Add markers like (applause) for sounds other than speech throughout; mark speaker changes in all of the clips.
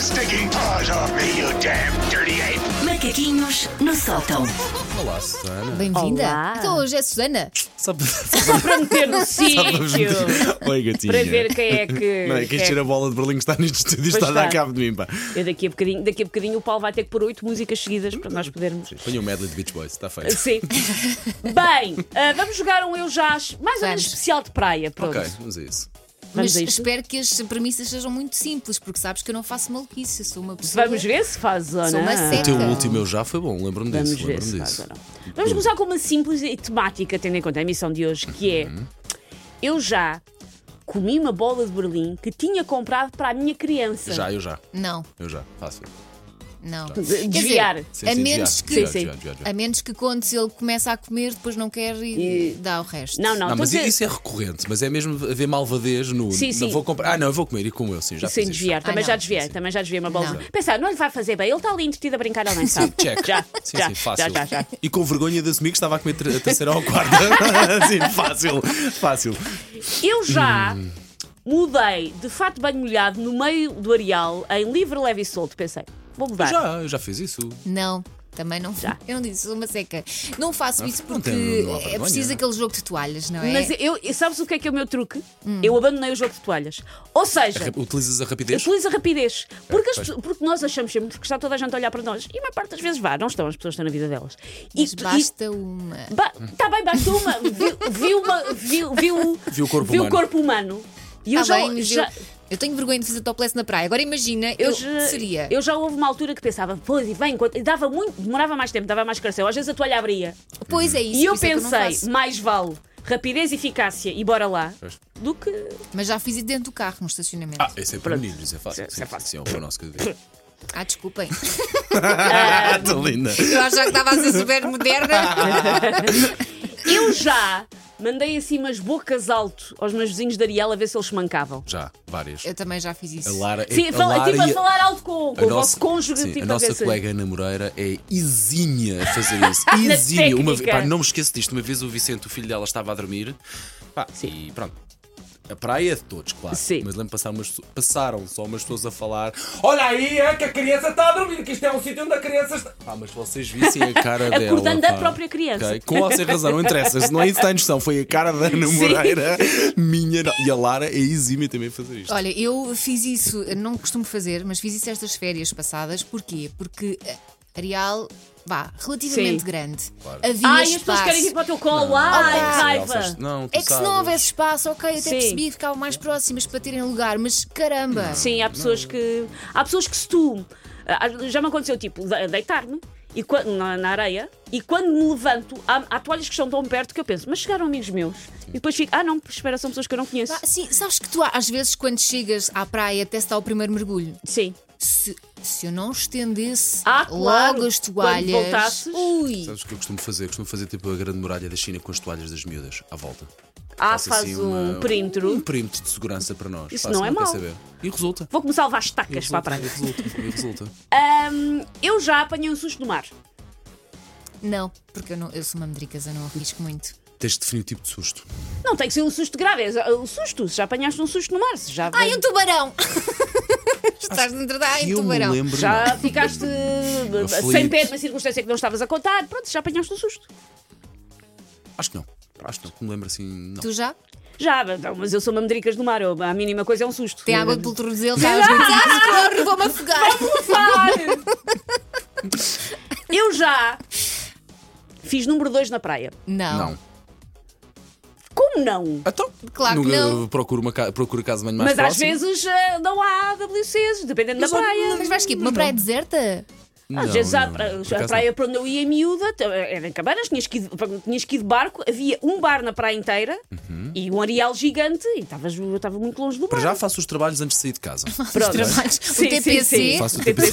Speaker 1: sticking paws off me, you damn dirty ape!
Speaker 2: Macaquinhos no sótão.
Speaker 3: Olá, Susana.
Speaker 4: Bem-vinda.
Speaker 5: Olá.
Speaker 4: Então hoje é Susana.
Speaker 3: Só (laughs) para,
Speaker 5: (laughs)
Speaker 3: só
Speaker 5: para meter no
Speaker 3: é
Speaker 5: sítio.
Speaker 3: para... Oi, gatinha.
Speaker 5: Para ver quem é (laughs) que.
Speaker 3: Não, é que
Speaker 5: quem é
Speaker 3: encher a bola de Berlim que está neste estúdio está a
Speaker 5: está.
Speaker 3: dar cabo de mim, pá.
Speaker 5: Eu daqui a bocadinho, daqui a bocadinho o Paulo vai ter que pôr oito músicas seguidas para nós podermos.
Speaker 3: Põe um medley de Beach Boys, está feito.
Speaker 5: Sim. Bem, ah, vamos jogar um Eu Jás mais ou menos
Speaker 4: Vamos.
Speaker 5: especial de praia. Pronto.
Speaker 3: Ok, vamos a isso.
Speaker 5: Vamos
Speaker 4: Mas
Speaker 5: a isto.
Speaker 4: espero que as premissas sejam muito simples, porque sabes que eu não faço maluquice, eu sou uma pessoa.
Speaker 5: Vamos ver se faz ou
Speaker 4: Sou uma
Speaker 5: não.
Speaker 4: seca.
Speaker 3: O teu último eu já foi bom, lembro-me
Speaker 5: Então, Vamos
Speaker 3: disso.
Speaker 5: ver se
Speaker 3: Lembro-me
Speaker 5: faz
Speaker 3: disso.
Speaker 5: ou não. Vamos começar com uma simples e temática, tendo em conta a emissão de hoje, que é: Eu já comi uma bola de Berlim que tinha comprado para a minha criança.
Speaker 3: Já, eu já.
Speaker 4: Não,
Speaker 3: Eu já. Fácil.
Speaker 4: não. Quer
Speaker 5: Desviar.
Speaker 4: dizer,
Speaker 3: Sim,
Speaker 4: a
Speaker 3: sim,
Speaker 4: menos
Speaker 3: já,
Speaker 4: que.
Speaker 3: já,
Speaker 5: Sim, Ah, sim.
Speaker 3: já, já, já.
Speaker 4: A menos que quando se ele começa a comer, depois não quer e,
Speaker 5: E-
Speaker 4: dá o resto.
Speaker 5: Não, não,
Speaker 3: Não,
Speaker 5: estou
Speaker 3: mas
Speaker 5: a dizer-
Speaker 3: isso é recorrente, mas é mesmo haver malvadez no.
Speaker 5: então Sim,
Speaker 3: não
Speaker 5: sim.
Speaker 3: vou comprar. Ah, não, eu vou comer e como eu, sim, já fiz
Speaker 5: Sem
Speaker 3: isto.
Speaker 5: desviar, também
Speaker 4: Ah,
Speaker 5: já
Speaker 4: não.
Speaker 5: desviei, também já desviei uma bola.
Speaker 4: Não.
Speaker 5: Pensar, não lhe vai fazer bem, ele está ali entretido a brincar, ele nem sabe.
Speaker 3: Check.
Speaker 5: Já,
Speaker 3: Sim,
Speaker 5: já,
Speaker 3: sim, fácil.
Speaker 5: já, já, já.
Speaker 3: E com vergonha de assumir que estava a comer ter- a terceira ou a quarta. (laughs) sim, fácil, fácil.
Speaker 5: Eu já mudei de fato bem molhado no meio do areal, em livre, leve e solto. Pensei, vou mudar.
Speaker 3: Já, eu já fiz isso.
Speaker 4: Não, Também não. (laughs) Eu não disse, sou uma seca. Não faço isso
Speaker 3: não
Speaker 4: porque
Speaker 3: tem- não há vergonha.
Speaker 4: é preciso aquele jogo de toalhas, não é?
Speaker 5: Mas eu, eu- sabes o que é que é o meu truque?
Speaker 4: Hum.
Speaker 5: Eu abandonei o jogo de toalhas. Ou seja,
Speaker 3: Utilizas a rapidez?
Speaker 5: utiliza rapidez. Porque, as
Speaker 3: pois.
Speaker 5: pe- porque nós achamos sempre, porque está toda a gente a olhar para nós. E uma parte das vezes vá, não estão, as pessoas estão na vida delas. E
Speaker 4: Mas
Speaker 5: tu- e-
Speaker 4: basta uma.
Speaker 5: Ba- tá bem, basta uma. Viu vi uma. Viu vi o,
Speaker 3: Vi o corpo
Speaker 5: vi
Speaker 3: humano.
Speaker 5: O corpo humano. E eu
Speaker 4: Tá
Speaker 5: já.
Speaker 4: bem, mas
Speaker 5: já-
Speaker 4: eu, eu tenho vergonha de fazer topless na praia. Agora imagina, eu,
Speaker 5: eu já-
Speaker 4: seria.
Speaker 5: eh, eu já houve uma altura que pensava, pois e vem, enquanto- e dava muito, demorava mais tempo, dava mais carcel, às vezes a toalha abria.
Speaker 4: Pois é
Speaker 3: Uhum.
Speaker 4: isso.
Speaker 5: e eu
Speaker 4: por isso é que não
Speaker 5: pensei,
Speaker 4: faço.
Speaker 5: mais vale rapidez e eficácia e bora lá,
Speaker 3: Pois.
Speaker 5: do que.
Speaker 4: Mas já fiz isso dentro do carro, no estacionamento.
Speaker 3: Ah, esse Ah, é para meninos, isso é fácil.
Speaker 5: Isso é fácil.
Speaker 3: Sim, é o nosso que eu digo.
Speaker 4: Ah, desculpem.
Speaker 3: (laughs) Ah, tá linda.
Speaker 4: Eu achava que estava a ser super
Speaker 3: (laughs)
Speaker 4: moderna.
Speaker 5: Eu já mandei assim umas bocas alto aos meus vizinhos de Ariel a ver se eles se mancavam.
Speaker 3: Já, várias.
Speaker 4: Eu também já fiz isso.
Speaker 3: A Lara,
Speaker 5: É-
Speaker 3: é
Speaker 5: Sim,
Speaker 3: a
Speaker 5: fala,
Speaker 3: Lara
Speaker 5: tipo a
Speaker 3: e
Speaker 5: falar alto com, com
Speaker 3: a
Speaker 5: o
Speaker 3: nossa-
Speaker 5: vosso cônjuge,
Speaker 3: sim,
Speaker 5: tipo
Speaker 3: a
Speaker 5: a
Speaker 3: nossa
Speaker 5: ver se-
Speaker 3: colega Ana Moreira é izinha a
Speaker 5: (laughs)
Speaker 3: fazer isso. Izinha. Uma vez,
Speaker 5: técnica.
Speaker 3: pá, não me esqueço disto. Uma vez o Vicente, o filho dela, estava a dormir. Pá, e pronto. A praia é de todos, claro.
Speaker 5: Sim.
Speaker 3: Mas lembro passar umas, pessoas- passaram só umas pessoas a falar: Olha aí, é que a criança está a dormir, que isto é um sítio onde a criança está. Pá, mas vocês vissem a cara dela.
Speaker 5: (laughs) Acordando a
Speaker 3: pá.
Speaker 5: própria criança.
Speaker 3: Ok, Com ou sem razão, não interessa. Se não é isso, está em discussão. Foi a cara da
Speaker 5: (laughs)
Speaker 3: Ana Moreira, minha. não. E a Lara é exímia também a fazer isto.
Speaker 4: Olha, eu fiz isso, eu não costumo fazer, mas fiz isso estas férias passadas. Porquê? Porque eh, Arial, vá, relativamente
Speaker 5: Sim.
Speaker 4: grande.
Speaker 3: Claro.
Speaker 4: Havia
Speaker 5: Ai, as pessoas
Speaker 4: espaço.
Speaker 5: querem ir para o teu colo, ai, que raiva!
Speaker 3: Elsa, Não, tu
Speaker 4: É que se não
Speaker 3: sabes.
Speaker 4: houvesse espaço, ok, eu até
Speaker 5: Sim.
Speaker 4: percebi que ficavam mais próximas para terem lugar, mas caramba!
Speaker 5: Sim, há pessoas que. Há pessoas que se tu. ah, Já me aconteceu, tipo, de- deitar-me e quan- na, na areia e quando me levanto, há, há toalhas que estão tão perto que eu penso, mas chegaram amigos meus. E depois fico, ah não, espera, são pessoas que eu não conheço.
Speaker 4: Pá, Ah, Sim, sabes que tu às vezes quando chegas à praia até se dá o primeiro mergulho.
Speaker 5: Sim.
Speaker 4: Se, se eu não estendesse
Speaker 5: Ah, claro,
Speaker 4: logo as
Speaker 5: quando
Speaker 4: toalhas.
Speaker 5: voltasses.
Speaker 4: ui!
Speaker 3: Sabes o que eu costumo fazer? Costumo fazer tipo a grande muralha da China com as toalhas das miúdas à volta.
Speaker 5: Ah,
Speaker 3: Faço
Speaker 5: faz um perímetro.
Speaker 3: Um perímetro de segurança para nós.
Speaker 5: Isso
Speaker 3: Faço,
Speaker 5: não é
Speaker 3: quer
Speaker 5: mau.
Speaker 3: saber. E resulta.
Speaker 5: Vou começar a levar
Speaker 3: E
Speaker 5: estacas para
Speaker 3: resulta,
Speaker 5: a praia.
Speaker 3: e resulta, e resulta.
Speaker 5: Ahm, eu já apanhei um susto no mar.
Speaker 4: Não, porque eu, não, eu sou uma medricas, eu não arrisco muito.
Speaker 3: Tens de definir o tipo de susto.
Speaker 5: Não tem que ser um susto grave, é o susto. Se já apanhaste um susto no mar, se já.
Speaker 4: Ai, um tubarão! (laughs) Estás dentro da. Ai, um
Speaker 3: eu me
Speaker 4: tubarão!
Speaker 3: lembro.
Speaker 5: Já
Speaker 3: não.
Speaker 5: ficaste eh,
Speaker 3: Aflito.
Speaker 5: sem pé numa circunstância que não estavas a contar. Pronto, já apanhaste um susto.
Speaker 3: Acho que não. Acho que não. que Me lembro assim. Não.
Speaker 4: Tu já?
Speaker 5: Já, não, mas eu sou uma medricas do mar, eu- a mínima coisa é um susto.
Speaker 4: Tem água pelo tornozelo,
Speaker 3: (laughs)
Speaker 4: já às vezes. Ah, corre, vou-me afogar!
Speaker 5: Eu já fiz número 2 na praia.
Speaker 4: Não.
Speaker 3: Não.
Speaker 5: Como não?
Speaker 3: Então,
Speaker 4: Claro que
Speaker 3: nunca-
Speaker 4: não.
Speaker 3: Procuro, uma, ca- procuro casa de banho mais
Speaker 5: Mas às
Speaker 3: próxima.
Speaker 5: vezes ah, não há WCs, dependendo da praia.
Speaker 4: Mas vais que é Uma praia deserta?
Speaker 3: Não,
Speaker 5: Às vezes há
Speaker 3: não,
Speaker 5: pra-
Speaker 3: não, por
Speaker 5: a
Speaker 3: acaso
Speaker 5: praia para onde eu ia em miúda, t- era em Cabanas, tinhas que, ir, tinhas que ir de barco, havia um bar na praia inteira e um areal gigante e estavas- eu estava muito longe do
Speaker 3: Uhum. Para
Speaker 5: bar.
Speaker 3: já faço os trabalhos antes de sair
Speaker 4: (laughs)
Speaker 3: de casa.
Speaker 5: Pronto.
Speaker 3: (laughs)
Speaker 4: trabalhos. O
Speaker 5: Sim,
Speaker 4: TPC.
Speaker 5: sim, sim.
Speaker 3: Faço o (laughs)
Speaker 5: TPC.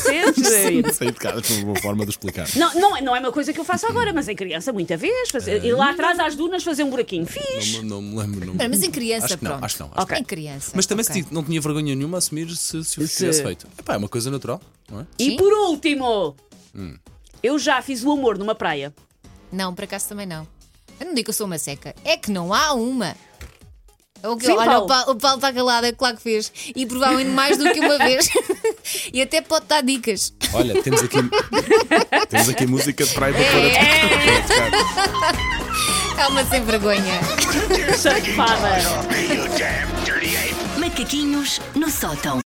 Speaker 3: sair de casa, uma boa forma de explicar.
Speaker 5: Não, não, é- não é uma coisa que eu faço agora, mas em criança, muita vez. Fazer, Ir lá atrás às dunas fazer um buraquinho. Fiz.
Speaker 3: É. Não, me- não me lembro. Não me...
Speaker 4: Mas em criança,
Speaker 3: acho que não,
Speaker 4: pronto.
Speaker 3: acho que não. Acho que
Speaker 5: Ok.
Speaker 4: Em criança.
Speaker 3: Mas também
Speaker 4: ok.
Speaker 3: se ti- não tinha vergonha nenhuma a assumir se, se o
Speaker 5: Se-
Speaker 3: tivesse feito. Epá, é uma coisa natural, não é?
Speaker 5: E
Speaker 4: Sim.
Speaker 5: por último,
Speaker 3: Hum.
Speaker 5: eu já fiz o amor numa praia.
Speaker 4: Não, por acaso também não. Eu não digo que eu sou uma seca. É que não há uma. O que,
Speaker 5: Sim,
Speaker 4: olha,
Speaker 5: Paulo.
Speaker 4: o Paulo o Paulo está calado, é claro que fez. E provavelmente mais do que uma vez. (laughs) e até pode dar dicas.
Speaker 3: Olha, temos aqui, temos aqui música de
Speaker 4: É.
Speaker 3: praia da Cora de
Speaker 4: Calma sem vergonha.
Speaker 1: Put a damn
Speaker 5: Safada.
Speaker 1: off me, you damn dirty ape!
Speaker 2: Macaquinhos no sótão.